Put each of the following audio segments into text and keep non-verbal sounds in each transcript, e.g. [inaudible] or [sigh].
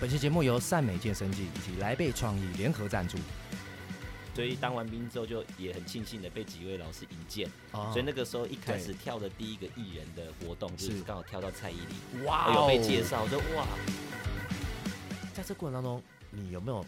本期节目由善美健身季以及来贝创意联合赞助。所以当完兵之后，就也很庆幸的被几位老师引荐。哦所以那个时候一开始跳的第一个艺人的活动，就是是刚好跳到蔡依林，哇有被介。绍，我说哇，在这过程当中，你有没有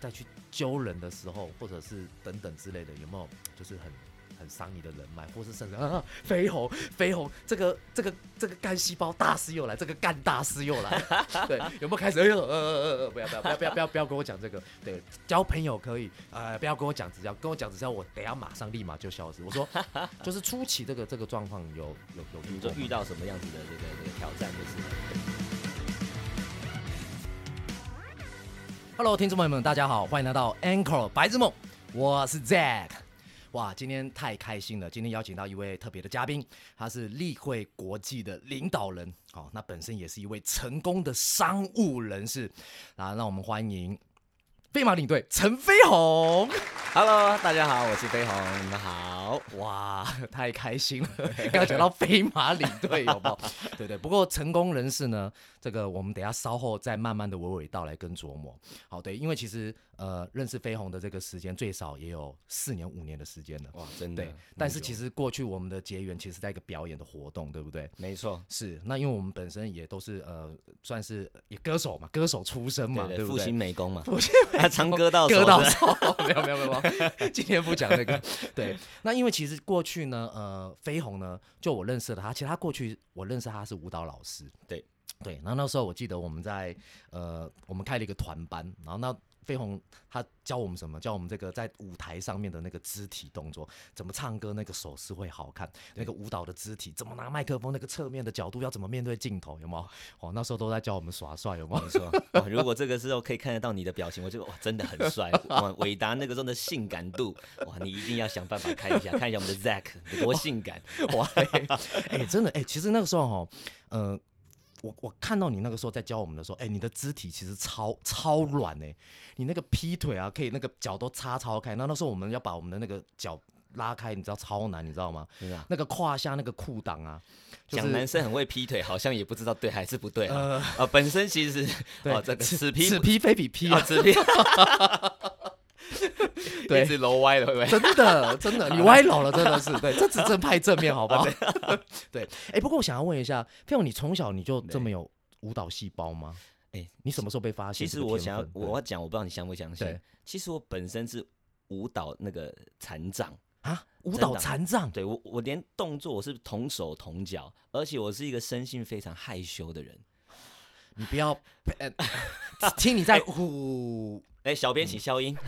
在去揪人的时候，或者是等等之类的，有没有就是很很伤你的人脉，或是甚至啊，肥红肥红，这个这个这个干细胞大师又来，这个干大师又来，对，有没有开始？哎呦，呃呃呃，不要不要不要不要不要不要跟我讲这个，对，交朋友可以，呃，不要跟我讲直销，跟我讲直销，我等下马上立马就消失。我说，就是初期这个这个状况有有有你遇就过吗遇到什么样子的这个这个挑战，就是 Hello，听众朋友们，大家好，欢迎来到 Anchor 白日梦，我是 Zack。哇，今天太开心了！今天邀请到一位特别的嘉宾，他是立会国际的领导人，好、那本身也是一位成功的商务人士。啊，让我们欢迎飞马领队陈飞鸿。 Hello，大啊家好，我是飞鸿，你们好。哇，太开心了！刚刚讲到飞马领队，有没有？ [laughs] 对对，不过成功人士呢，这个我们等一下稍后再慢慢的娓娓道来跟琢磨。好，对，因为其实呃，认识飞鸿的这个时间最少也有四年五年的时间了。哇，真的对，，但是其实过去我们的结缘其实在一个表演的活动，对不对？没错，是，那因为我们本身也都是呃，算是也歌手嘛，歌手出身嘛，对对对，不复对？兴美工嘛， [laughs] 复兴他常割到割到手手，没有没有没有，没有今天不讲这个。对，那因为其实过去呢，呃，飞鸿呢，就我认识了他，其实他过去我认识他是舞蹈老师，对对。然后那时候我记得我们在呃，我们开了一个团班，然后那。飞鸿他教我们什么？教我们这个在舞台上面的那个肢体动作，怎么唱歌，那个手势会好看，那个舞蹈的肢体，怎么拿麦克风，那个侧面的角度要怎么面对镜头，有没有？哦，那时候都在教我们耍帅，有没有？ [laughs] 没错、哦如果这个时候可以看得到你的表情，我就哇，真的很 [laughs] 帅哇！伟达那个时候的性感度，哇，你一定要想办法看一下，看一下我们的 Zack 有多性感。 [laughs] 哇，哎、 [laughs] 哎真的哎、其实那个时候哈，呃，我我看到你那个时候在教我们的时候，哎、你的肢体其实超超软哎、你那个劈腿啊，可以那个脚都叉超开，那那时候我们要把我们的那个脚拉开，你知道超难，你知道吗？真的啊那个胯下那个裤裆啊，就讲是呃男生很会劈腿，好像也不知道对还是不对啊。啊本身其实 [laughs] 对哦，这个此此劈此劈非彼劈 [laughs] 啊，啊， [laughs] 此劈对一直揉歪了，会不会？真的，真的，你歪老了，真的是对，这只正拍正面，好不 [laughs] 好？对，哎、不过我想要问一下，佩勇，你从小你就这么有舞蹈细胞吗？哎、哎你什么时候被发其现实这个天分？我想要，对我要讲，我不知道你相不相信对。其实我本身是舞蹈那个残障，啊，舞真蹈的残障，对我我连动作我是同手同脚，而且我是一个生性非常害羞的人。你不要， [laughs] 呃 [laughs] 听你在呼，哎、小嗯编请消音。 [laughs]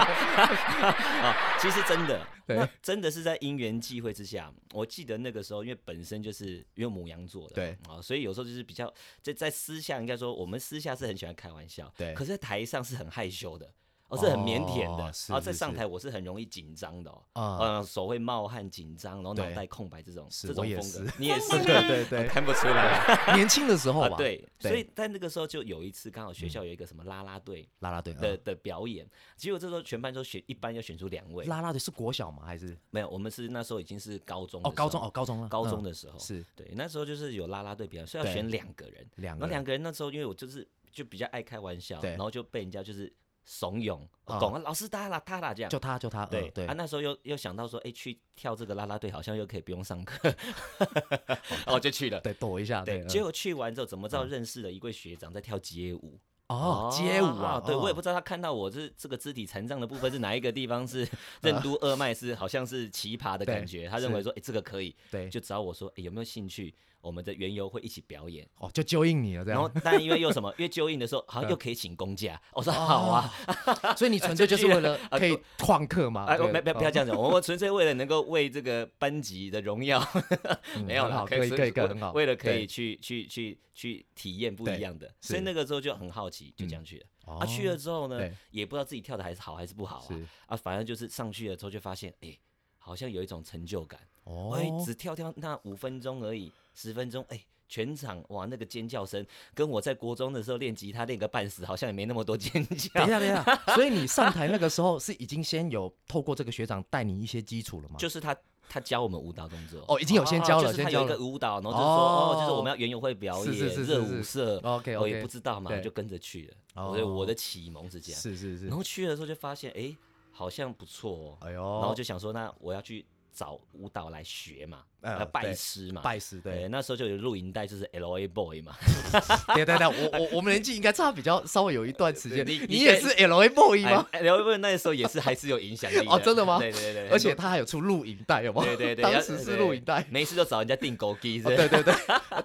啊，其实真的， [laughs] 对那真的是在因缘际会之下，我记得那个时候，因为本身就是因为母羊座的，对啊，所以有时候就是比较在在私下，应该说我们私下是很喜欢开玩笑，对可是在台上是很害羞的。哦，是很腼腆哦的，啊，是在是上是台我是很容易紧张的哦，啊呃，手会冒汗、紧张，然后脑对袋空白这种是这我种也风格是，你也是，对对 [laughs] [laughs] 对看不出来， [laughs] 年轻的时候啊，吧，， [laughs] 对，对嗯所以在那个时候就有一次刚好学校有一个什么啦啦队，啦啦队的啊，的表演，结果这时候全班都选，一般要选出两位，啦啦队是国小吗？还是没有，我们是那时候已经是高中的哦高时中候哦高中了，高嗯中的时候，是对，那时候就是有啦啦队表演，所以要对选两个人，两然个后两人个人那时候因为我就是就比较爱开玩笑，对然后就被人家就是怂恿，啊哦懂啊，老师他啦他啦这样就。他就他，嗯对对啊，，那时候又又想到说，哎，去跳这个啦啦队好像又可以不用 [laughs] 上课， [laughs] 哦，就去了。对躲一下，对，嗯结果去完之后，怎么知道认识了一位学长在跳街舞？哦街舞啊，对我也哦不知道他看到我这这个肢体残障的部分是哪一个地方啊是 [laughs] 任督二脉是好像是奇葩的感觉，他认为说哎、诶这个可以，对就找我说、诶有没有兴趣，我们的园游会一起表演。哦就揪应你了这然后样，但因为又什么，因 [laughs] 为揪印的时候嗯好像又可以请公假，我说好啊， [laughs] 所以你纯粹就是为了 [laughs] 啊可以旷课嘛，哎，我哦对没不要不要哦这样子，我们纯粹为了能够为这个班级的荣耀， [laughs] 嗯没有很啦，好，可以是可以可以为很好，为了可以对，去去去去体验不对一样的，是所以那个时候就很好奇，就这样去了。啊，去了哦之后呢对，也不知道自己跳的还是好还是不好啊哦是。啊，反正就是上去了之后就发现，哎、好像有一种成就感。哎、哦只跳跳那五分钟而已，十分钟，哎、全场哇那个尖叫声，跟我在国中的时候练吉他练个半死，好像也没那么多尖 [laughs] 等一叫。下，等一下，所以你上台那个时候是已经先有透过这个学长带你一些基础了吗？就是他他教我们舞蹈动作。啊哦已经有先教了就是他先教有了一个舞蹈，然后就说哦哦，就是我们要园游会表是是是演是热舞社。 OK 我也不 OK，知道嘛，对我就跟着去了。哦所以我的启蒙是这样。是是是然，后去的时候就发现，哎，好像不错哦。哎呦，然后就想说，那我要去找舞蹈来学嘛，嗯要拜对师 [laughs] 嘛。拜师对哎，那时候就有录影带，就是 L A Boy 嘛。哎 [laughs] 对对对，我我我们年纪应该差比较稍微有一段时间，对你你你也在是 L A boy 吗？哎，L A Boy 那时候也是还是有影响力哦真的吗对对对，而且他还有出录影带，有吗？哎对对对， [laughs] 当要时是对录影带，没事就找人家订狗机，是不哦是对对对，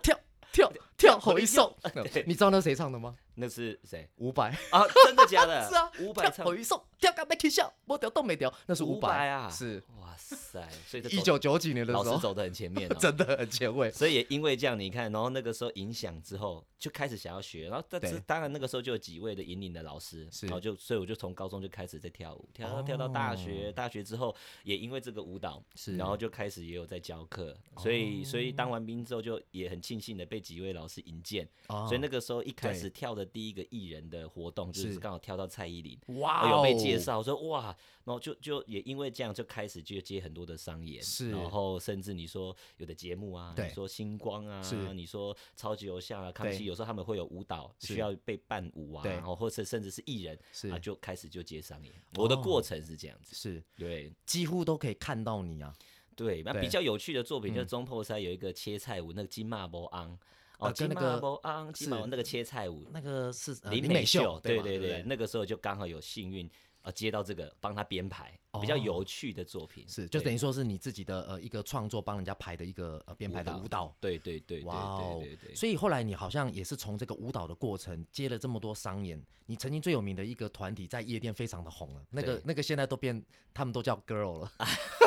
跳跳跳吼一送， [laughs] 对你知道那谁唱的吗？那是谁伍佰，啊？真的假 [laughs] 的？是啊，五百跳唱吼一送，跳个 make 笑，摸掉动没掉，那是伍伍佰啊是哇塞！所以这一走九九几年的时老师候，走的很前面哦。 [laughs] 真的很前卫。所以也因为这样，你看，然后那个时候影响之后，就开始想要学，然后但对是当然那个时候就有几位的引领的老师，是然后就所以我就从高中就开始在跳舞，跳哦到跳到大学，大学之后也因为这个舞蹈，是哦然后就开始也有在教课，所以所以当完兵之后就也很庆幸的被几位老师引荐，啊所以那个时候一开对始跳的第一个艺人的活动就是是刚好跳到蔡依林。哇有被哦介，绍啊说哇，然后就就也因为这样就开始就接很多的商演，是然后甚至你说有的节目啊，对你说星光啊是，你说超级偶像啊，康对熙，有时候他们会有舞蹈是需要被伴舞啊，对然后或者甚至是艺人是哦啊，就开始就接商演。我的过程是这样子，是对几乎都可以看到你啊，对，那对嗯比较有趣的作品就是中破塞有一个切菜舞，那个金马波昂。啊哦，跟金那个马波昂，金马是那个切菜舞，那个是呃林美秀，对对吧对不对，，那个时候就刚好有幸运呃接到这个帮他编排比哦较有趣的作品，是就对等于说是你自己的呃一个创作帮人家排的一个呃编排的舞蹈。对对对对哇哦对对对！所以后来你好像也是从这个舞蹈的过程接了这么多商演，你曾经最有名的一个团体在夜店非常的红了，那个对那个现在都变，他们都叫 girl 了。 [laughs]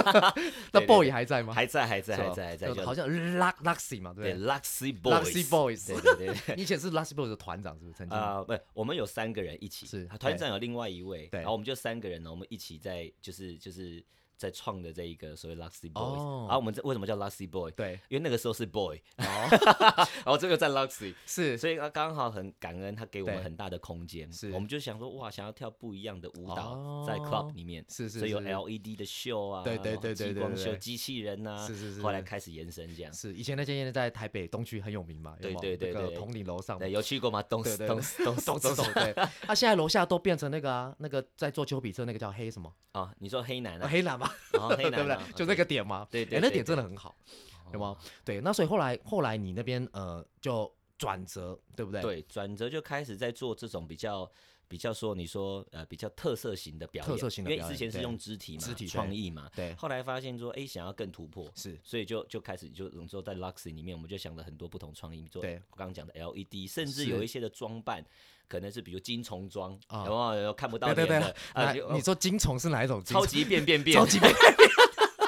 [laughs] 对那对 boy 还在吗？还在还在是吧还在还在，呃叫好像 Lux Luxy 嘛，对对不 Luxy l u x y Boys。对 Boys。对 [laughs] 对对， [laughs] 你以前是 Luxy Boys 的团长是不是？曾经啊，不，我们有三个人一起，是啊团长有另外一位，对然后我们就三个人呢，我们一起在就是就是在创的这一个所谓 Luxy 哦 Boys，啊，我们这为什么叫 Luxy Boy？对，哦因为那个时候是 boy，然 [laughs] 后这个在 Luxy，是所以他刚好很感恩，他给我们对很大的空间，是我们就想说哇，想要跳不一样的舞蹈哦在 club 里面，是是所以有是 LED 的秀啊，对对然后对对对激光对秀、对机器人呐，是是是后来是开始延伸这样，是，以前那间夜店在台北东区很有名嘛，有对没有对对那个对统领楼上嘛对，，有去过吗？东对对对东东 [laughs] 懂懂懂， [laughs] 对。他现在楼下都变成那个啊，那个在做丘比特那个叫黑什么哦啊，你说黑男 [laughs] 啊，黑蓝嘛，然后对黑不男对啊？就那个点嘛，对对哎对那点对哦真的很好，有吗？对，那所以后来后来你那边呃就转折，对不对？，对，转折就开始在做这种比较比较说，你说呃比较特色型的表特演，色型的因表为之演前是对用肢体嘛，肢体对创意嘛，对后来发现说，哎，想要更突破，是所以就就开始就能说在 Luxy 里面，我们就想了很多不同创意，做对我刚刚讲的 LED，甚至是有一些的装扮。可能是比如金虫装，啊然后看不到对对脸对的，啊，那就你说金虫是哪一种金超虫？级变变变，超级变 [laughs] [laughs]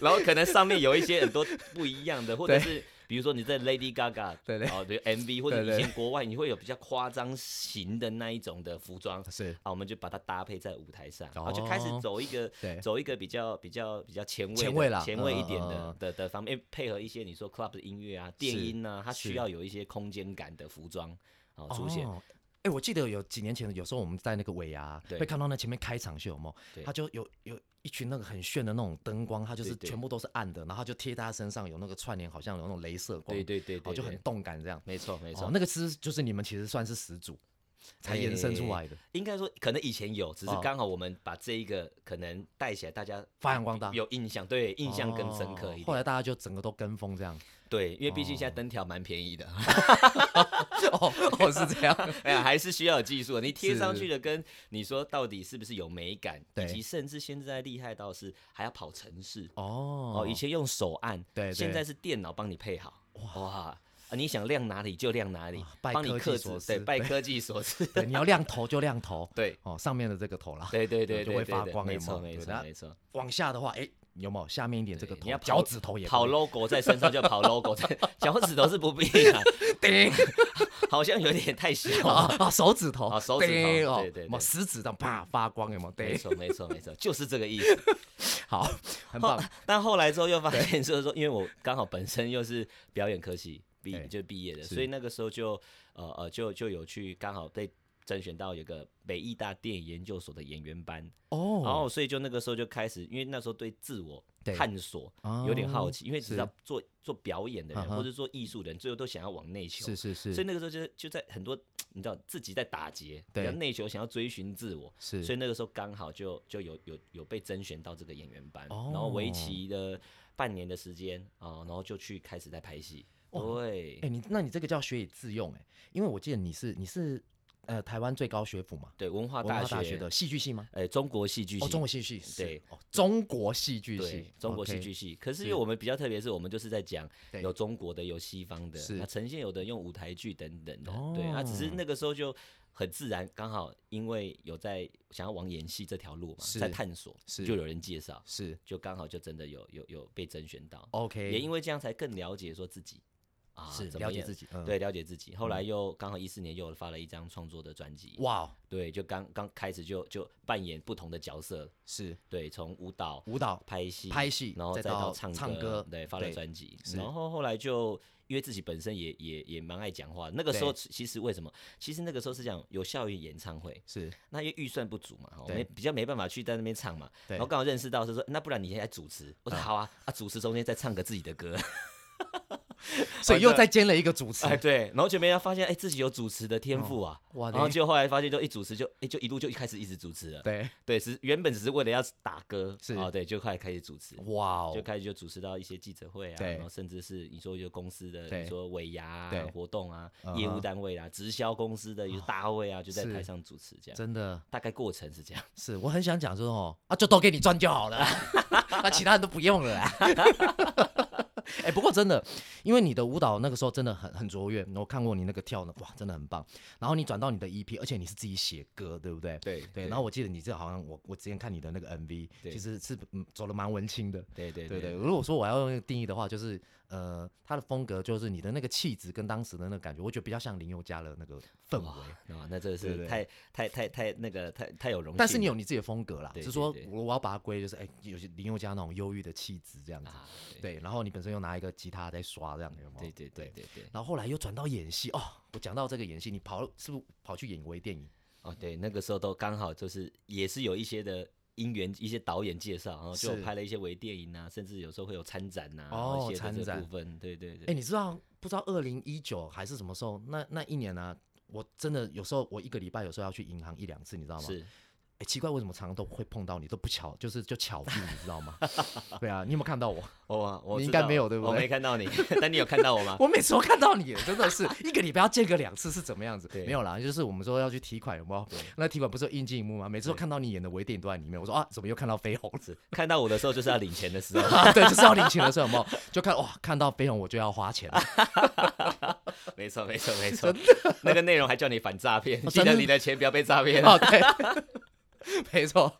然后可能上面有一些很多不一样 [laughs] 的，或者对是比如说你在 Lady Gaga 对对哦对 MV 或者对对以前国外你会有比较夸张型的那一种的服装是啊，我们就把它搭配在舞台上，然后就哦开始走一个对走一个比较比较比较前卫的前卫啦前卫一点嗯嗯的嗯的的方面，配合一些你说 club 的音乐啊、电音啊，它是需要有一些空间感的服装哦出现。哦哎、我记得有几年前，有时候我们在那个尾牙对会看到那前面开场秀，有没有？对他就有有一群那个很炫的那种灯光，它就是对对全部都是暗的，然后就贴在他身上有那个串联，好像有那种镭射光，对对对哦，对，就很对动感这样。没错没哦错，，那个其实就是你们其实算是始祖，才延伸出来的，应该说，可能以前有，只是哦刚好我们把这一个可能带起来，大家发扬光大有印象，对，印象更深刻哦一点。后来哦大家就整个都跟风这 [laughs] 样。对，因为毕竟现在灯条蛮便宜的， [laughs] 哦，哦是这样。哎呀，还是需要有技术的。你贴是上去的，跟你说到底是不是有美感，对以及甚至现在厉害到是还要跑城市 [laughs] 哦，哦，以前用手按，对对现在是电脑帮你配好，哇。啊、你想亮哪里就亮哪里啊，拜帮你科技克所，制对，赐拜对科技所 [laughs] 赐，对，你要亮头就亮头，对，哦，上面的这个头啦。 [laughs] 对对对就对，会对发对光有没没错有没对错那没错。往下的话，哎、有没有下面一点这个头？你要跑脚趾头也跑可以 [laughs] logo 在身上就要跑 logo，在脚趾头是不必啦，叮好像有点太小 [laughs] 了。啊啊，手指头啊手指头叮哦对对对嗯嘛食指这样啪发光，有没有？没对，错，没错，没错，就是这个意思。 [laughs] 好，啊很棒。但后来之后又发现，就是说，因 [laughs] 为我刚好本身又是表演科系毕对就毕业的，是所以那个时候就呃呃就就有去刚好被甄选到有个北艺大电影研究所的演员班，然哦，后所以就那个时候就开始，因为那时候对自我对哦探索哦有点好奇，因为只是要做做表演的人嗯哼或者做艺术的人，最后都想要往内哦求是，是所以是那个时候就就在很多你知道自己在打结，比对较内求，想要追寻自我，是，所以那个时候刚好就就有有有被甄选到这个演员班，哦然后为期的半年的时间啊、然后就去开始在拍戏。对哎、，你那你这个叫学以致用哎、因为我记得你是你是呃台湾最高学府嘛，对，文化文啊大化学大学的戏剧系吗？哎、中国戏剧系，哦，中国戏剧系，对哦，中国戏剧对系，中国戏 OK 剧系。可是因为我们比较特别，是我们就是在讲对有中国的，有西方的，是那呈现有的用舞台剧等等的，哦对。啊，只是那个时候就很自然，刚好因为有在想要往演戏这条路嘛，是在探索，是就有人介绍，是就刚好就真的有有有被甄选到， OK，也因为这样才更了解说自己啊，是怎么了解演自。己，嗯，对，了解自己。后来又刚好一四年又发了一张创作的专辑，哇哦，对，就刚刚开始就就扮演不同的角色，是对，从舞蹈、舞蹈拍戏、拍戏然后再再到到唱唱歌对，发了对专辑。是然后后来就因为自己本身也也也蛮爱讲话，那个时候其实为什么？其实那个时候是讲有校园演唱会，是那因为预算不足嘛，哈，对没比较没办法去在那边唱嘛。对嗯然后刚好认识到是说，那不然你现在主持，我说好啊，啊主持中间再唱个自己的歌，所以又再兼了一个主持，哎对，然后就没人发现哎自己有主持的天赋啊，哦哇然后嘞就后来发现就一主持就哎就一路就一开始一直主持了，对，对，是原本只是为了要打歌，是啊对，就快开始主持，哇就哦，开始就主持到一些记者会啊，对然后甚至是你说有公司的，对你说尾牙、对啊、活动啊嗯、哼哦业务单位啊、直销公司的一些大会啊，就在是台上主持这样。真的大概过程是这样，是，我很想讲说哦，啊，就都给你赚就好了 [laughs] 啦，那其他人都不用了啦。 [laughs] 哎、不过真的，因为你的舞蹈那个时候真的很很卓越，我看过你那个跳的，哇，真的很棒。然后你转到你的 EP，而且你是自己写歌，对不对？ [laughs] 对对。然后我记得你这好像我我之前看你的那个 MV，对其实是嗯走的蛮文青的。对对对对对，如果说我要用一个定义的话，就是呃，他的风格就是你的那个气质跟当时的那个感觉，我觉得比较像林宥嘉的那个氛围。啊，那真对的是对太太太太那个太太有荣幸了，但是你有你自己的风格啦，对只是对说对我我要把它归类就是哎、有些林宥嘉那种忧郁的气质这样子，啊，对对，然后你本身又拿一个吉他在刷这样，有没有？对对对对对，然后后来又转到演戏哦，我讲到这个演戏，你跑是不是跑去演微电影？哦对，那个时候都刚好就是也是有一些的。因缘一些导演介绍，然后就是有拍了一些微电影啊，甚至有时候会有参展呐、啊，然哦后一些的参这个展部分，对对对哎、。你知道不知道二零一九还是什么时候？那那一年呢、我真的有时候我一个礼拜有时候要去银行一两次，你知道吗？是哎、奇怪，为什么常常都会碰到你，都不巧，就是就巧遇，你知道吗？ [laughs] 对啊，你有没有看到我？哦，我你知应该道没有对不我对没看到你，但你有看到我 [laughs] 吗？我每次都看到你，真的是 [laughs] 一个礼拜要见个两次是怎么样子？对没有啦，就是我们说要去提款，有没有对？那提款不是有印进幕吗？每次都看到你演的微电影都在里面，我说啊，怎么又看到 [laughs] 飞鸿？是看到我的时候就是要领钱的时候，啊，对，就是要领钱的时候，有没有？就看哇，看到飞鸿我就要花钱了，没错没错没错，那个内容还叫你反诈骗，记哦真的得你的钱不要被诈骗。 [laughs] 啊，对。 [laughs] 没错，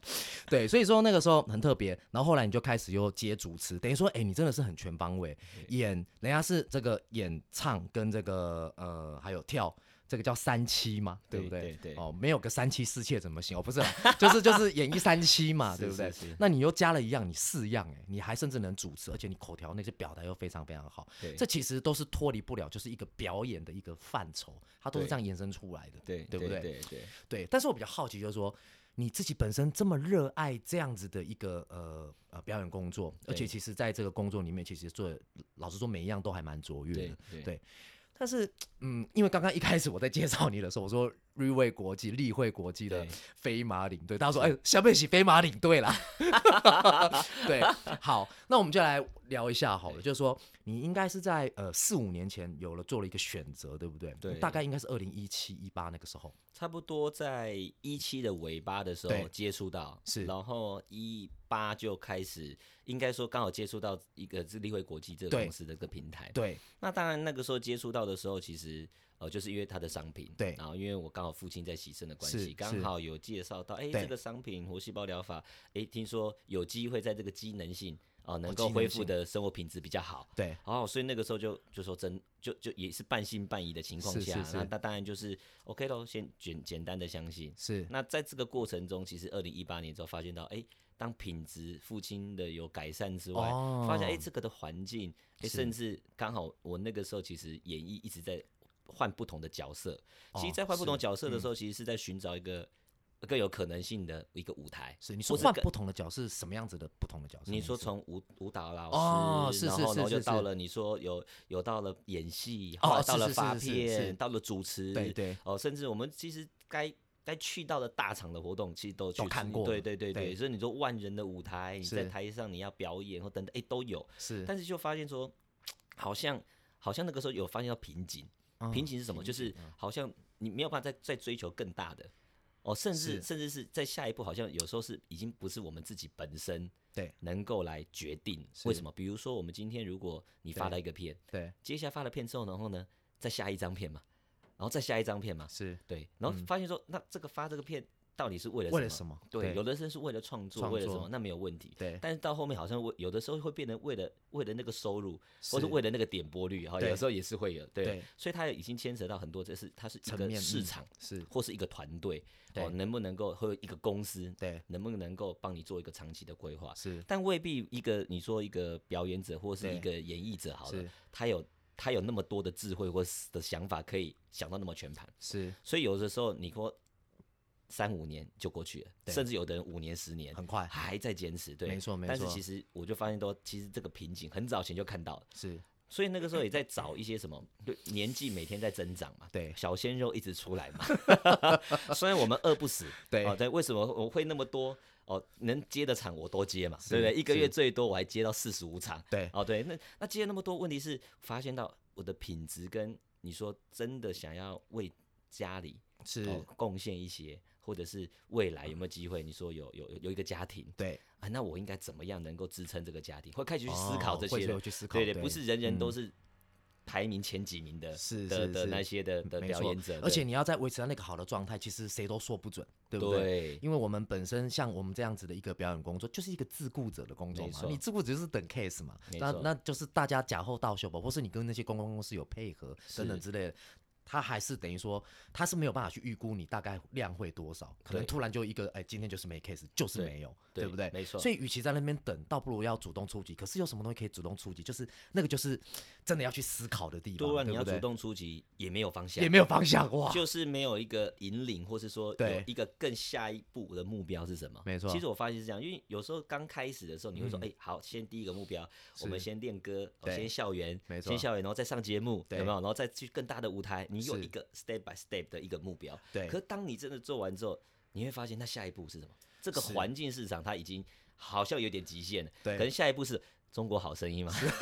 对，所以说那个时候很特别，然后后来你就开始又接主持，等于说，哎、你真的是很全方位，演人家是这个演唱跟这个呃还有跳，这个叫三七嘛，对不对对？对对哦，没有个三妻四妾怎么行？哦，不是啦， [laughs] 就是就是演一三七嘛，是对不对是是？那你又加了一样，你四样哎，你还甚至能主持，而且你口条那些表达又非常非常好，对这其实都是脱离不了就是一个表演的一个范畴，它都是对这样延伸出来的。对对不对对对，对，但是我比较好奇，就是说你自己本身这么热爱这样子的一个呃呃表演工作，而且对其实在这个工作里面，其实做老实说每一样都还蛮卓越的。对对但是，嗯，因为刚刚一开始我在介绍你的时候，我说瑞卫国际、立会国际的对飞马领队，大家说，哎，下面是飞马领队啦。 [laughs] 对，好，那我们就来聊一下好了，就是说你应该是在呃四五年前有了做了一个选择，对不对？对大概应该是二零一七一八那个时候。差不多在一七的尾巴的时对候接触到，是然后一八就开始，应该说刚好接触到一个智利会国际这个对公司的一个平台，对，那当然，那个时候接触到的时候，其实呃，就是因为它的商品，对然后因为我刚好父亲在洗肾的关是系，刚是好有介绍到，哎、对这个商品活细胞疗法，哎，听说有机会在这个机能性啊、呃能哦机够能恢复性的生活品质比较好。对，哦，所以那个时候就就说真就就也是半信半疑的情况是下是，是那那当然就是 OK 咯，先简简单的相信。是那在这个过程中，其实二零一八年之后发现到，哎、当品质父亲的有改善之外，哦发现哎、这个的环境，哎、是甚至刚好我那个时候其实演艺一直在换不同的角色。哦其实，在换不同是嗯角色的时候，其实是在寻找一个更有可能性的一个舞台。是你说或是换跟不同的角色是什么样子的不同的角色？你说是从舞舞蹈老师，哦是然是后是然后就是到是了你说有有到了演戏，哦后来到是了是是发是是是片，到了主持，对对哦，甚至我们其实该该去到的大场的活动，其实都有去都看参过对了对对对对，所以你说万人的舞台，你在是台上你要表演或等等，哎，都有。是，但是就发现说，好像好像那个时候有发现到瓶颈，嗯瓶颈是什么？瓶就是好像你没有办法再再追求更大的。哦，甚至是甚至是在下一步，好像有时候是已经不是我们自己本身对能够来决定是为什么。比如说，我们今天如果你发了一个片，对接下来发了片之后，然后呢，再下一张片嘛，然后再下一张片嘛，是对，然后发现说，那这个发这个片到底是为了嗯为了什什么？么？对，有的人是为了创作，创为了什作么？那没有问题。对但是到后面好像为有的时候会变成为了为了那个收入，是或是为了那个点播率哈，对有时候也是会有对，对所以它已经牵扯到很多，这是它是一层个面市嗯场是或是一个团队对哦，能不能够和一个公司对能不能够帮你做一个长期的规划？是但未必一个你说一个表演者或是对一个演绎者好了是，他有他有那么多的智慧或是的想法，可以想到那么全盘。是所以有的时候你说三五年就过去了，对甚至有的人五年、十年很快还在坚持，对，没错没但错是其实我就发现都，其实这个瓶颈很早前就看到了，是所以那个时候也 [laughs] 在找一些什么，就年纪每天在增长嘛，对小鲜肉一直出来 [laughs] 嘛。虽然我们饿不死，对哦，对，为什么我会那么多？哦，能接的场我都接嘛，对不是对？一个是月最多我还接到四十五场，对哦，对，那那接了那么多，问题是发现到我的品质跟你说真的想要为家里是哦贡献一些，或者是未来有没有机会？你说有有有有一个家庭对啊，那我应该怎么样能够支撑这个家庭？会开始去思考哦这会些会的，去思考对对，对不是人人嗯都是排名前几名的，是的是的是嗯那些的的没表错演者，而对且你要在维持到那个好的状态，其实谁都说不准，对不对？对因为我们本身像我们这样子的一个表演工作，就是一个自雇者的工作没嘛。错你自雇者就是等 case 嘛，没那错那就是大家假后到修吧，或是你跟那些公关公司有配合等等之类的。他还是等于说，他是没有办法去预估你大概量会多少，可能对突然就一个，哎，今天就是没 case，就是对没有，对不对？没错所以，与其在那边等，倒不如要主动出击。可是有什么东西可以主动出击？就是那个，就是真的要去思考的地方，多对然啊你要不对主动出击也没有方向也。没有方向哇。就是没有一个引领，或是说有对一个更下一步的目标是什么？没错嗯其实我发现是这样，因为有时候刚开始的时候，你会说，哎、好，先第一个目标，我们先练歌，哦对先校园，没错先校园，然后再上节目，对有没有？然后再去更大的舞台，你有是一个 step by step 的一个目标。对可当你真的做完之后，你会发现，那下一步是什么？这个是环境市场它已经好像有点极限了，对可能下一步是。中国好声音嘛， [laughs]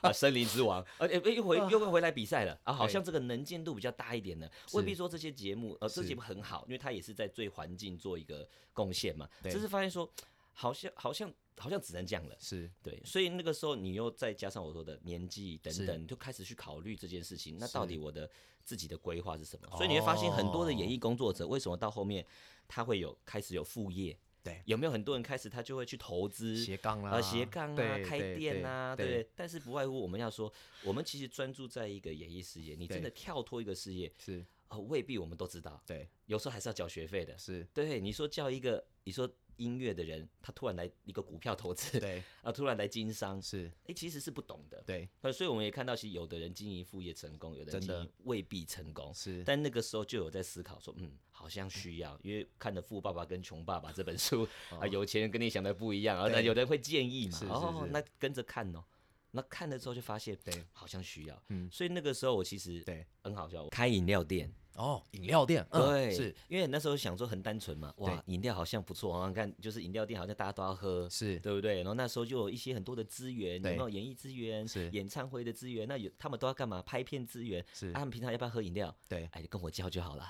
啊，森林 [laughs] 之王，而且又回又会回来比赛了啊，好啊对像这个能见度比较大一点呢，是未必说这些节目，呃，这是些节目很好，因为它也是在对环境做一个贡献嘛。对只是发现说，好像好像好像只能这样了。是对，所以那个时候你又再加上我说的年纪等是等，就开始去考虑这件事情。那是哦到底我的自己的规划是什么？所以你会发现很多的演艺工作者为什么到后面他会有开始有副业？对有没有很多人开始他就会去投资斜杠啦，啊，斜杠啊对，开对店对啊，对不对？但是不外乎我们要说，我们其实专注在一个演艺事业，你真对的跳脱一个事业，是，呃，未必我们都知道，对，有时候还是要缴学费的。 [laughs] 是，对，你说叫一个，你说音乐的人，他突然来一个股票投资，对，啊，突然来经商，是，哎，其实是不懂的。对，呃，所以我们也看到，其实有的人经营副业成功，有的人真的经营未必成功。是，但那个时候就有在思考说，嗯，好像需要，因为看了《富爸爸跟穷爸爸》这 [laughs] 本书啊，有钱人跟你想的不一样，啊，那哦对有的人会建议嘛是，是哦是，那跟着看哦，那看了之后就发现，对，好像需要，嗯所以那个时候我其实对，很好笑，我开饮料店，哦，饮料店，嗯对，是因为那时候想说很单纯嘛，哇对，饮料好像不错啊，看就是饮料店好像大家都要喝，是对不对？然后那时候就有一些很多的资源，有对没有演艺资源是、演唱会的资源？那有他们都要干嘛？拍片资源，是啊他们平常要不要喝饮料？对，哎，就跟我叫就好了。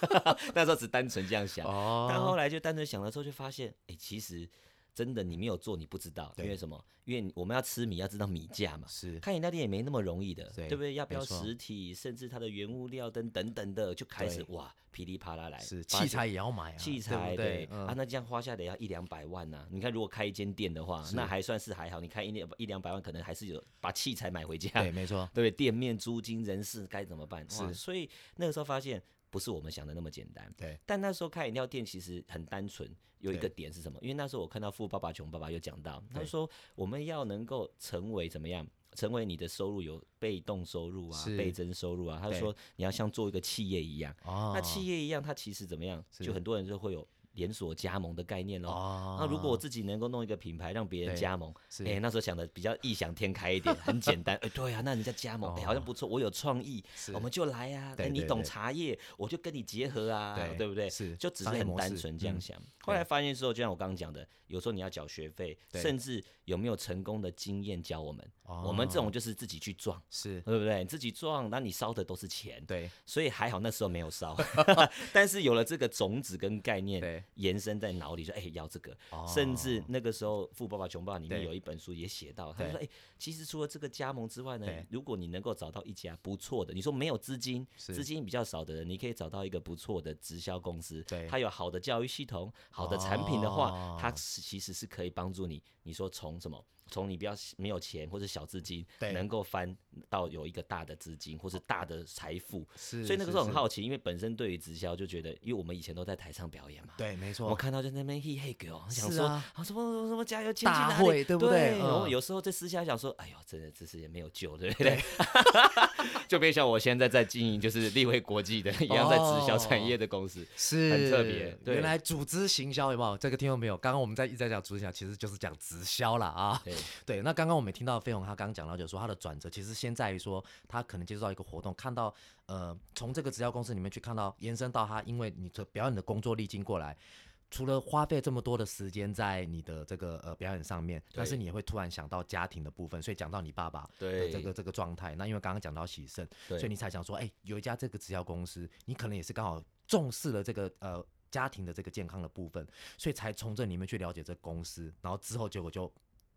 [laughs] 那时候只单纯这样想，但啊哦，后来就单纯想了之后，就发现，哎，其实真的你没有做，你不知道，因对为什么？因为你我们要吃米，要知道米价嘛。是看饮料店也没那么容易的，对对不对？要没标错实体，甚至它的原物料等等等的，就开始哇噼里啪啦来。是，器发现材也要买啊，器对不材对，啊，嗯，那这样花下来要一两百万呐、你看，如果开一间店的话，那还算是还好。你看一两一两百万，可能还是有把器材买回家，对，没错，对不对？店面、租金、人事该怎么办？哇！是所以那个时候发现不是我们想的那么简单。对，但那时候开饮料店其实很单纯，有一对个点是什么？因为那时候我看到《富爸爸穷爸爸》有讲到，他对说我们要能够成为怎么样成为你的收入有被动收入啊是、倍增收入啊。他就对说你要像做一个企业一样，啊那企业一样，它其实怎么样？是就很多人就会有连锁加盟的概念咯。啊那如果我自己能够弄一个品牌让别人对加盟，是哎、那时候想的比较异想天开一点，很 [laughs] 简单。哎、对啊，那人家加盟，哎、好像不错，我有创意，哦是我们就来啊。对哎，你对懂对茶叶，我就跟你结合啊，对不对？是就只是商业很模单式纯这样嗯想。后来发现之后，就像我刚刚讲的，有时候你要缴学费，对甚至有没有成功的经验教我们。我们这种就是自己去撞，哦是对不对？你自己撞，那你烧的都是钱。对所以还好那时候没 [laughs] 有烧， [laughs] 但是有了这个种子跟概对念延伸在脑里，说哎、要这个，哦甚至那个时候《富爸爸穷爸爸》里面对有一本书也写到，他就对说哎、其实除了这个加盟之外呢对，如果你能够找到一家不错的，你说没有资金，是资金比较少的人，你可以找到一个不错的直销公司对，它有好的教育系统、好的产品的话，哦它是其实是可以帮助你，你说从什么？从你比较没有钱或者小资金对，能够翻到有一个大的资金或是大的财富，是，所以那个时候很好好奇，因为本身对于直销就觉得，因为我们以前都在台上表演嘛，对，没我错，看到就在那边嘿嘿给哦，想是说啊哦啊什么什么什么加油前进大哪会里，对不对嗯对？然后有时候在私下想说，哎呦，真的这是也没有救，对不对？ [laughs] 就变像我现在在经营，就是立威国 [laughs] 际的一样在直销产业的公司，是很特别对原来组织行销有没有？这个听众朋友，刚刚我们在一直在讲组织行销，其实就是讲直销啦啊。对 [laughs] 对，那刚刚我们也听到飞鸿他刚刚讲到，就是说他的转折其实先在于说他可能接触到一个活动，看到呃从这个直销公司里面去看到延伸到他，因为你的表演的工作历经过来。除了花费这么多的时间在你的这个呃表演上面，但是对你也会突然想到家庭的部分，所以讲到你爸爸的对这个这个状态。那因为刚刚讲到喜盛，对所以你才想说，哎、有一家这个直销公司，你可能也是刚好重视了这个呃家庭的这个健康的部分，所以才从这里面去了解这个公司，然后之后结果就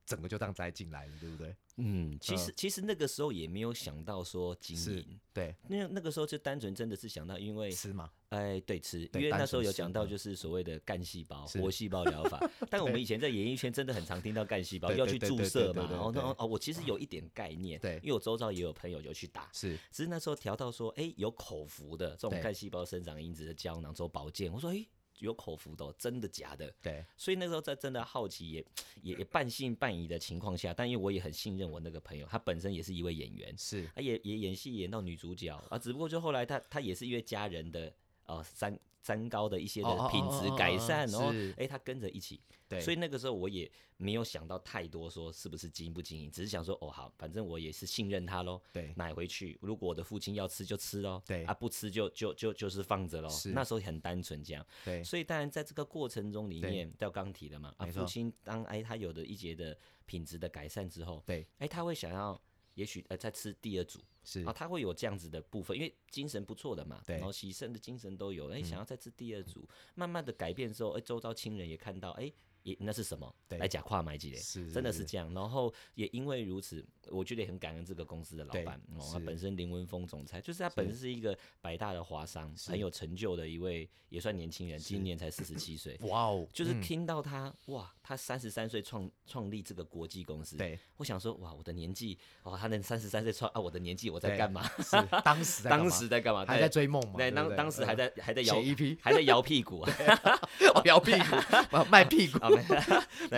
整个就这样栽进来了，对不对？嗯，其实嗯其实那个时候也没有想到说经是营，对，那那个时候就单纯真的是想到，因为吃嘛，哎，对，吃，对因为单那时候纯有吃讲到嗯就是所谓的干细胞、是活细胞疗 [laughs] 法，但我们以前在演艺圈真的很常听到干细胞对要对去对注对射对对嘛，对然后呢对，哦，我其实有一点概念，对因为我周遭也有朋友有去打，是只是那时候调到说，哎，有口服的这对种干细胞生长因子的胶囊做保健，我说，哎，有口服的哦、真的假的？对，所以那时候在真的好奇也，也也半信半疑的情况下，但因为我也很信任我那个朋友，他本身也是一位演员，是他也也演戏演到女主角啊，只不过就后来他他也是因为家人的呃三三高的一些哦哦的品质哦哦改哦善，然后是哎他跟着一起，对，所以以那个时候我也没有想到太多说是不是经营不经营，只是想说哦好，反正我也是信任他喽，对买回去如果我的父亲要吃就吃喽，对啊不吃就就就就是放着喽是，那时候很单纯这样，对所以当然在这个过程中里对面，在我刚提了嘛，啊没错父亲当哎他有的一节的品质的改善之后，对哎他会想要。也许呃，再吃第二组，是啊，他会有这样子的部分，因为精神不错的嘛，对嗯然后喜胜的精神都有，哎、想要再吃第二组，慢慢的改变之后，哎、周遭亲人也看到，哎、也那是什么？对来假跨买几嘞，是真的是是这样。然后也因为如此，我觉得也很感恩这个公司的老对板哦，他是本身林文峰总裁，就是他本身是一个百大的华商，是很有成就的一位，也算年轻人，今年才四十七 [coughs] 岁。哇哦，就是嗯听到他、哇，他三十三岁创创立这个国际公司，对，我想说哇，我的年纪哇，他能三十三岁创啊，我的年纪我在对干嘛？是当时在干嘛当时在干嘛？还在追梦嘛，对那不当对嗯呃当时还在还在摇写 [laughs] EP 还在摇屁股啊，呃哦摇屁 [laughs] 股，卖屁股，对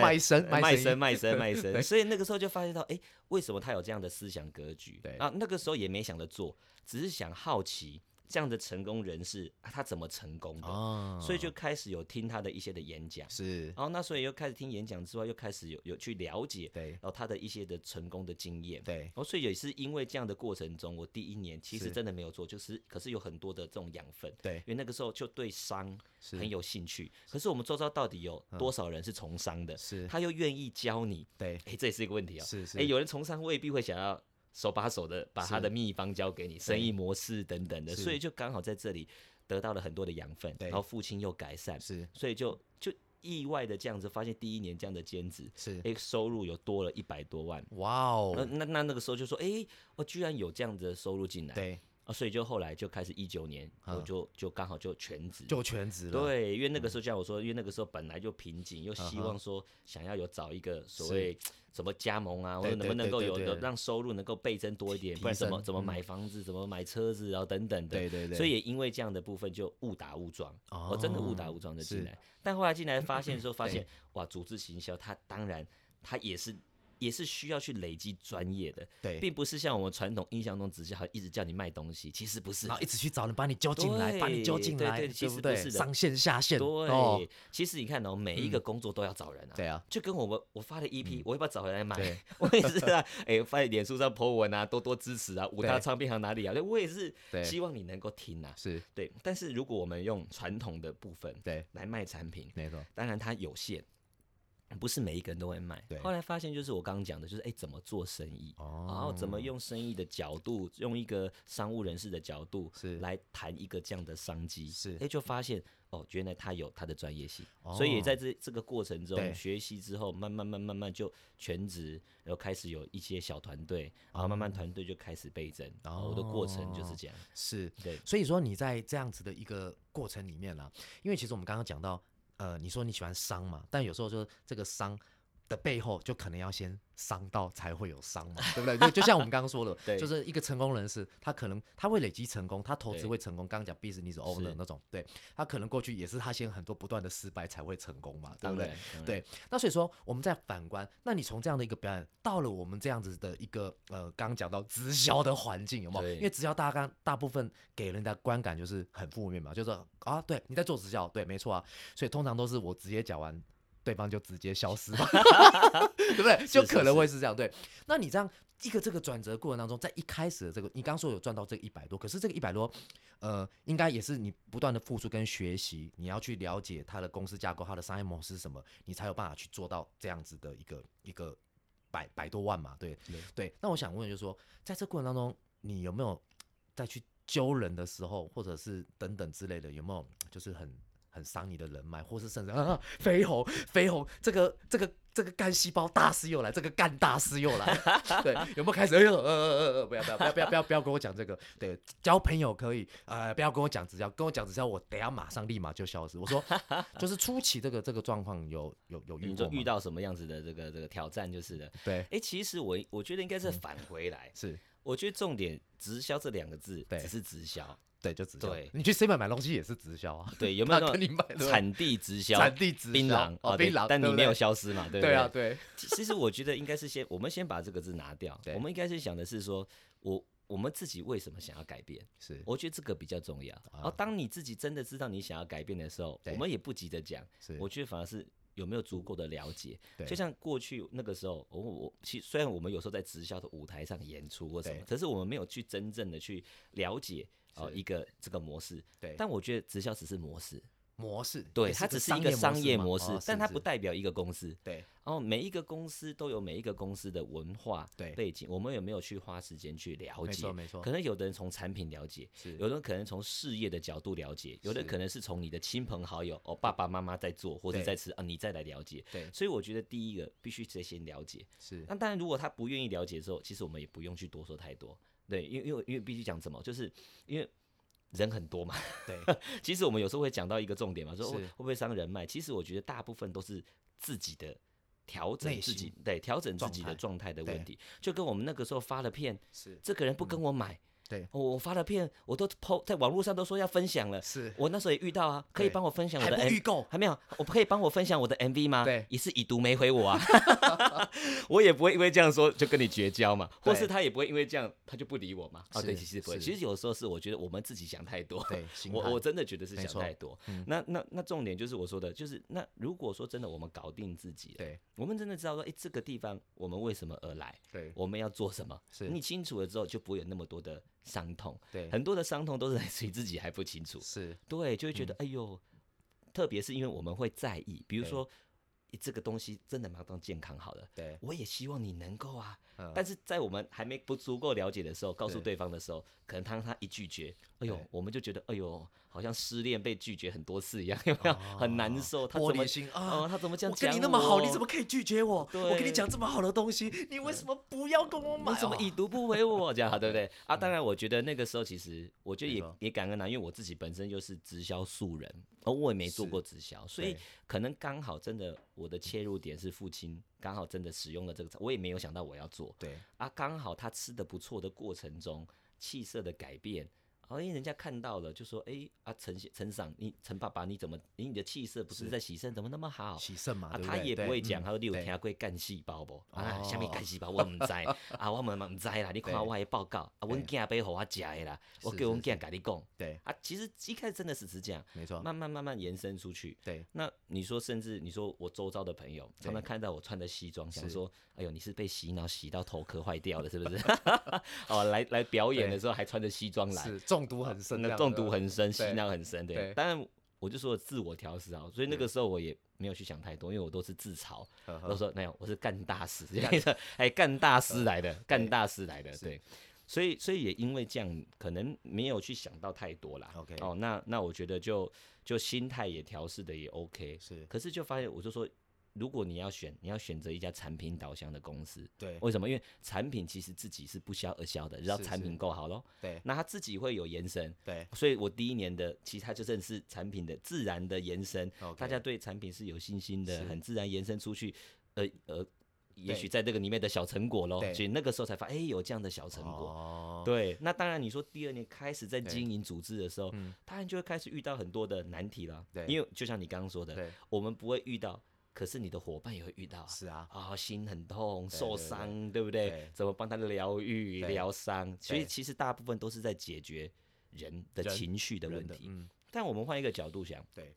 [laughs] [laughs] 卖身哦卖身身卖身 [laughs] 卖对身，所以那个时候就发现到，哎，为什么他有这样的思想格局？对啊，那个时候也没想着做，只是想好奇这样的成功人士、啊他怎么成功的，啊，所以就开始有听他的一些的演讲，是然后那所以又开始听演讲之外，又开始有有去了解，对然后他的一些的成功的经验，对然哦后所以也是因为这样的过程中，我第一年其实是真的没有做，就是可是有很多的这种养分，对因为那个时候就对商是嗯很有兴趣。可是我们周遭到底有多少人是从商的？是他又愿意教你，对哎，这也是一个问题哦。是是哎，有人从商未必会想要手把手的把他的秘方教给你，生意模式等等的，是所以就刚好在这里得到了很多的养分，对然后父亲又改善，是所以就就意外的这样子发现，第一年这样的兼职，是，哎，收入有多了一百多万。哇那哦，那那那个时候就说，哎、我居然有这样子的收入进来，对，啊，所以就后来就开始一九年，我嗯就就刚好就全职，就全职了，对，因为那个时候就像我说，因为那个时候本来就瓶颈，又希嗯嗯哼望说想要有找一个所是谓什么加盟啊，或对者能不对能对够对有对有让收入能够倍增多一点，不然提怎么升怎么嗯买房子，怎么买车子，然后等等的。对对对所以也因为这样的部分就误打误撞，我真的误打误撞的进是 [laughs] 来。但后来进来发现的时候，发哦对现哇，组织行销它当然它也是也是需要去累积专业的，对，并不是像我们传统印象中只是好像一直叫你卖东西，其实不是然。后一直去找人把你揪进来，把你揪进对来，对对其实不不对？是的上线下线，对，哦，嗯其实你看哦，每一个工作都要找人啊。对啊，就跟我们我发的 EP，、我要不要找回来买对？ [laughs] 我也是 [laughs] 啊，哎、发在脸书上 po 文啊，多多支持啊，五大对唱片行哪里啊？对，我也是对希望你能够听啊。是，对，但是如果我们用传统的部分对，来卖产品，没错，当然它有限，不是每一个人都会卖对。后来发现就是我刚刚讲的，就是哎、怎么做生意，哦然后怎么用生意的角度，用一个商务人士的角度是来谈一个这样的商机，是哎、就发现哦，原来他有他的专业性，哦所以也在这这个过程对中学习之后，慢慢慢慢慢就全职，然后开始有一些小团队，哦然后慢慢团队就开始倍增，然后我的过程就是这样，是，对。 [laughs] 所以说你在这样子的一个过程里面啦、因为其实我们刚刚讲到，呃，你说你喜欢伤嘛，但有时候就是这个伤的背后，就可能要先伤到才会有伤嘛，对不对？就就像我们刚刚说的， [laughs] 对就是一个成功人士，他可能他会累积成功，他投资对会成功。刚刚讲 business owner 是那种，对他可能过去也是他先很多不断的失败才会成功嘛，对当不对然？，当然对，那所以说我们再反观，那你从这样的一个表演，到了我们这样子的一个呃，刚刚讲到直销的环境，有没有？对因为直销大概大部分给人家观感就是很负面嘛，就是说啊，对，你在做直销，对，没错啊，所以通常都是我直接讲完。对方就直接消失 [laughs] 嘛，对不对？就是可能是会是这样。对，那你这样一个这个转折过程当中，在一开始的这个，你刚说有赚到这一百多，可是这个一百多，呃，应该也是你不断的付出跟学习，你要去了解它的公司架构、它的商业模式是什么，你才有办法去做到这样子的一个一个百百多万嘛，对对对。那我想问，就是说，在这过程当中，你有没有在去揪人的时候，或者是等等之类的，有没有就是很很伤你的人脉，或是甚至啊，飞鸿飞鸿，这个这个这个干细胞大师又来，这个干大师又来，对，有没有开始？哎呦，呃呃呃，不要不要不要不要不要不要跟我讲这个，对，交朋友可以，呃，不要跟我讲直销，跟我讲直销，我等下马上立马就消失。我说，就是初期这个这个状况有有有遇你过吗？就遇到什么样子的这个这个挑战就是了。对，哎，其实我我觉得应该嗯是返回来，是我觉得重点“直销”这两个字对只是直销，对，就直销对。你去 C 买买东西也是直销 [laughs] 啊，对，有没 [laughs] 那有那跟你种买的产地直销、产地直槟销榔哦对槟榔但对你不没有对消失嘛，对不对啊，对，其其实我觉得应该是先，我们先把这个字拿掉，对我们应该是想的是说，我我们自己为什么想要改变，是我觉得这个比较重要。然后当你自己真的知道你想要改变的时候，啊对我们也不急着讲，是，我觉得反而是有没有足够的了解对。就像过去那个时候，我我其实虽然我们有时候在直销的舞台上演出或什么对，可是我们没有去真正的去了解呃是一个这个模式。对但我觉得直销只是模式，模式，对，也它只是一个商业模式嘛哦，但它是不代表一个公司。对，然后每一个公司都有每一个公司的文化对背景，我们有没有去花时间去了没解错？没错可，能有的人从产品了解，是有的人可能从事业的角度了解，有的是可能是从你的亲朋好友哦，爸爸妈妈在做或者对在吃啊，你再来了解。对所以我觉得第一个必须得先了解。是那当然，如果他不愿意了解的时候，其实我们也不用去多说太多。对，因为因为因为必须讲什么，就是因为人很多嘛。对 [laughs] 其实我们有时候会讲到一个重点嘛，说哦是会不会伤人脉？其实我觉得大部分都是自己的调整内自己心，对调整自状己态的状态的对问题。就跟我们那个时候发了片，是这个人不跟我买，对我我发了片，我都 PO 在网络上都说要分享了。是，我那时候也遇到啊，可以对帮我分享我还的不 M 预 [laughs] 购，哦还没有，我可以帮我分享我的 MV 吗？对也是已读没回我啊， [laughs] [laughs] 我也不会因为这样说就跟你绝交嘛，对或是他也不会因为这样他就不理我嘛。啊，是对，其实不会，是其实有时候是我觉得我们自己想太多，对，心我态我真的觉得是没想错嗯太多。那那那重点就是我说的，就是那如果说真的我们搞定自己了，对我们真的知道说，哎，这个地方我们为什么而来，对我们要做什么，嗯是你清楚了之后就不会有那么多的伤痛，对很多的伤痛都是来自于自己还不清楚。是对，就会觉得、哎呦，特别是因为我们会在意，比嗯如对说诶这个东西真的蛮当健康好了，对，我也希望你能够啊。嗯但是在我们还没不足够了解的时候，告诉对对方的时候，可能当他一拒绝，哎呦对，我们就觉得哎呦，好像失恋被拒绝很多次一样， [laughs] 有没有？很难哦受。他玻怎么璃心哦，啊。他怎么这样我讲跟你那么好，你我怎么可以拒绝我？我跟你对讲这么好的东西，你为什么不要跟我买？你 [laughs] 怎么哦已读不回我？这样对不对？啊，当然，我觉得那个时候其实，我觉得没也错也感恩啦，因为我自己本身就是直销素人，而我也没做是过直销，所以对可能刚好真的我的切入点是父亲，刚好真的使用了这个，我也没有想到我要做对啊，刚好他吃的不错的过程中，气色的改变。好像人家看到了，就说：“哎、啊，陈先陈赏，你陈爸爸，你怎么，诶你的气色不是在喜盛，怎么那么好？”喜盛嘛，啊，对他对也不对会讲，嗯他说你有对听啊过干细胞不？啊，哦什么干细胞我唔知 [laughs] 啊，我嘛嘛唔知啦。你看对我的报告，啊，阮囝买互我食的啦，我是叫阮是哦囝甲你讲对，啊。其实一开始真的是只这样，没错，慢慢慢慢延伸出去。对，那你说，甚至你说我周遭的朋友对常常看到我穿的西装，想是说：“哎呦，你是被洗脑洗到头壳坏掉了，是不是？” [laughs] 哦，来来表演的时候还穿着西装来，是中毒很深这那样子，中毒很深，洗对脑很深，对对。当然，我就说自我调试啊，所以那个时候我也没有去想太多，因为我都是自嘲，呵呵都说没有，我是干大事， [laughs] 哎，干大师来的，干大师来的，呃是对。所以，所以也因为这样，可能没有去想到太多啦。 OK 哦，那那我觉得就就心态也调试的也 OK。是可是就发现，我就说，如果你要选，你要选择一家产品导向的公司，对为什么？因为产品其实自己是不销而销的，只要是产是品够好咯，对那他自己会有延伸，对所以我第一年的其实它就正是产品的自然的延伸 OK 大家对产品是有信心的，是很自然延伸出去，呃呃，对也许在这个里面的小成果咯，对所以那个时候才发现，哎、有这样的小成果。哦，对，那当然，你说第二年开始在对嗯经营组织的时候，当然就会开始遇到很多的难题了。对因为就像你刚刚说的，对我们不会遇到，可是你的伙伴也会遇到啊。是啊，啊、心很痛，对对受对伤，对不对？对怎么帮他疗愈、对疗伤？所以对其实大部分都是在解决人的人情绪的人问的题。嗯，但我们换一个角度想，对，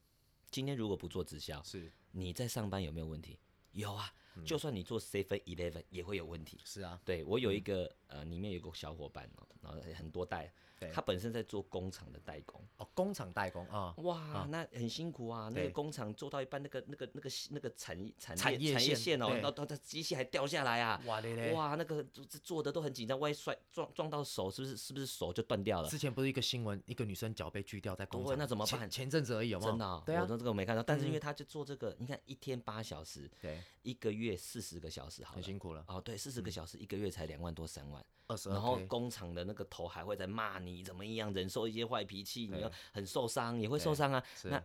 今天如果不做直销，是你在上班有没有问题？有啊，嗯就算你做 Seven Eleven 也会有问题。是啊，对我有一个、呃，里面有一个小伙伴哦，然后很多代对，他本身在做工厂的代工，哦，工厂代工啊，哇，那很辛苦啊！那个对工厂做到一半，那个那个那个那个产业产产业业产业线线哦，对到到它机器还掉下来啊！哇嘞嘞，哇，那个做做的都很紧张，万一摔撞撞到手，是不是是不是手就断掉了？之前不是一个新闻，一个女生脚被锯掉在工对厂，那怎么前办前阵子而已，有没有？真的哦、对啊我，都这个我没看到。但是因为他就做这个，你看一天八小时，对，一个月四十个小时好了，很辛苦了，哦，对，四十嗯个小时，一个月才两万多三万，二十二然后 K，工厂的那个头还会在骂你怎么样，忍受一些坏脾气，你对要很受伤，也会对受伤啊。是那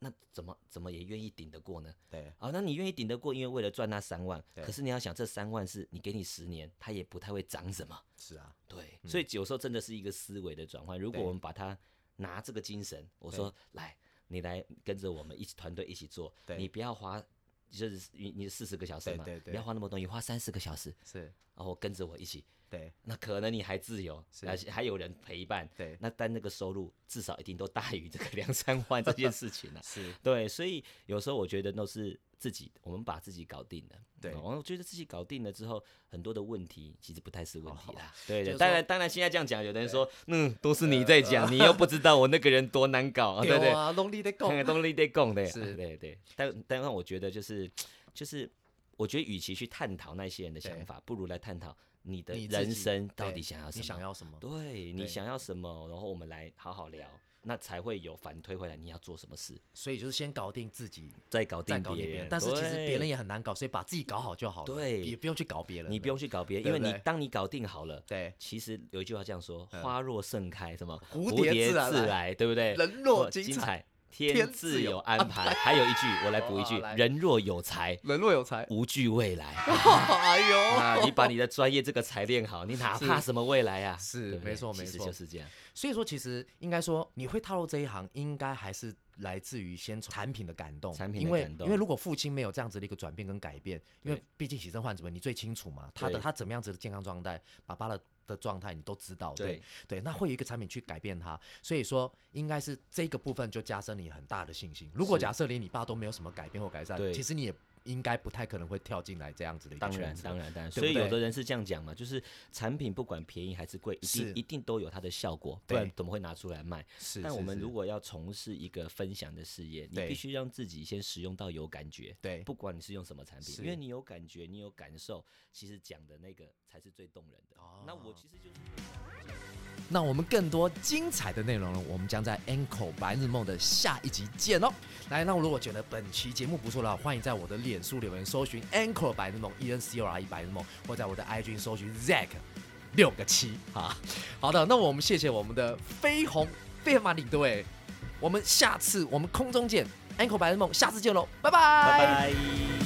那怎么怎么也愿意顶得过呢？对啊、那你愿意顶得过，因为为了赚那三万，对可是你要想，这三万是你给你十年，它也不太会涨什么。是啊，对，所以有时候真的是一个思维的转换。如果对我们把它拿这个精神，我说来，你来跟着我们一起团队一起做，对你不要花，就是你你四十个小时对嘛，对对不要花那么多，你花三十个小时，是，然后跟着我一起，对那可能你还自由，是而且还有人陪伴，对那但那个收入至少一定都大于这个两三万这件事 [laughs] 情啊。是，对，所以有时候我觉得都是自己，我们把自己搞定了。对然后觉得自己搞定了之后，很多的问题其实不太是问题啦。对哦就对，是当说然当然，现在这样讲，有的人说，嗯，都是你 [laughs] 在讲，你又不知道我那个人多难搞，啊、对对对，啊，拢你在 [laughs] 看讲，看东力在供的，是 [laughs] 对对。但但让我觉得就是就是，我觉得与其去探讨那些人的想对法，不如来探讨你的你自人己生到对底想要什你么。想要什么？对你对想要什么，然后我们来好好聊，那才会有反推回来你要做什么事。所以就是先搞定自己，再搞再定搞定别别人人，，但是其实别人对也很难搞，所以把自己搞好就好了，对也不用去搞别人，你不用，去搞别人，对因为不你对当你搞定好了，对，其实有一句话这样说：嗯花若盛开，什么蝴蝶蝶自然来来，对不对？人若哦精精彩彩，天自自有有安排。还有一句，我来补一句哦好：来人若有才，人若有才，无惧未 [laughs] 来。哎呦，啊，你把你的专业这个才练好，你哪怕什么未来啊？是对不对没错其没实错就是这样。所以说，其实应该说，你会踏入这一行，应该还是来自于先从产品的感动。产品的因为感动因为如果父亲没有这样子的一个转变跟改变，因为对毕竟洗肾患者们你最清楚嘛，他的对他怎么样子的健康状态，爸爸的的状态你都知道，对对对，那会有一个产品去改变他，所以说应该是这个部分就加深你很大的信心。如果是假设连你爸都没有什么改变或改善对，其实你也应该不太可能会跳进来这样子的一个当然圈，子。当然，当然。对所以不有对的人是这样讲嘛，就是产品不管便宜还是贵，一定是一定都有它的效果，不然对怎么会拿出来卖？是，但是我们是如果要从事一个分享的事业，你对必须让自己先使用到有感觉。对不管你是用什么产品，是因为你有感觉，你有感受，其实讲的那个才是最动人的。哦那我其实就是。那我们更多精彩的内容呢，我们将在 Anchor 白日梦的下一集见哦。来，那如果觉得本期节目不错的话，欢迎在我的脸书留言搜寻 Anchor 白日梦 E N C O R E 白日梦，或在我的 IG 搜寻 Zack 六个七啊。好的，那我们谢谢我们的飞鸿飞马领队，我们下次我们空中见，Anchor 白日梦，下次见喽，拜拜拜。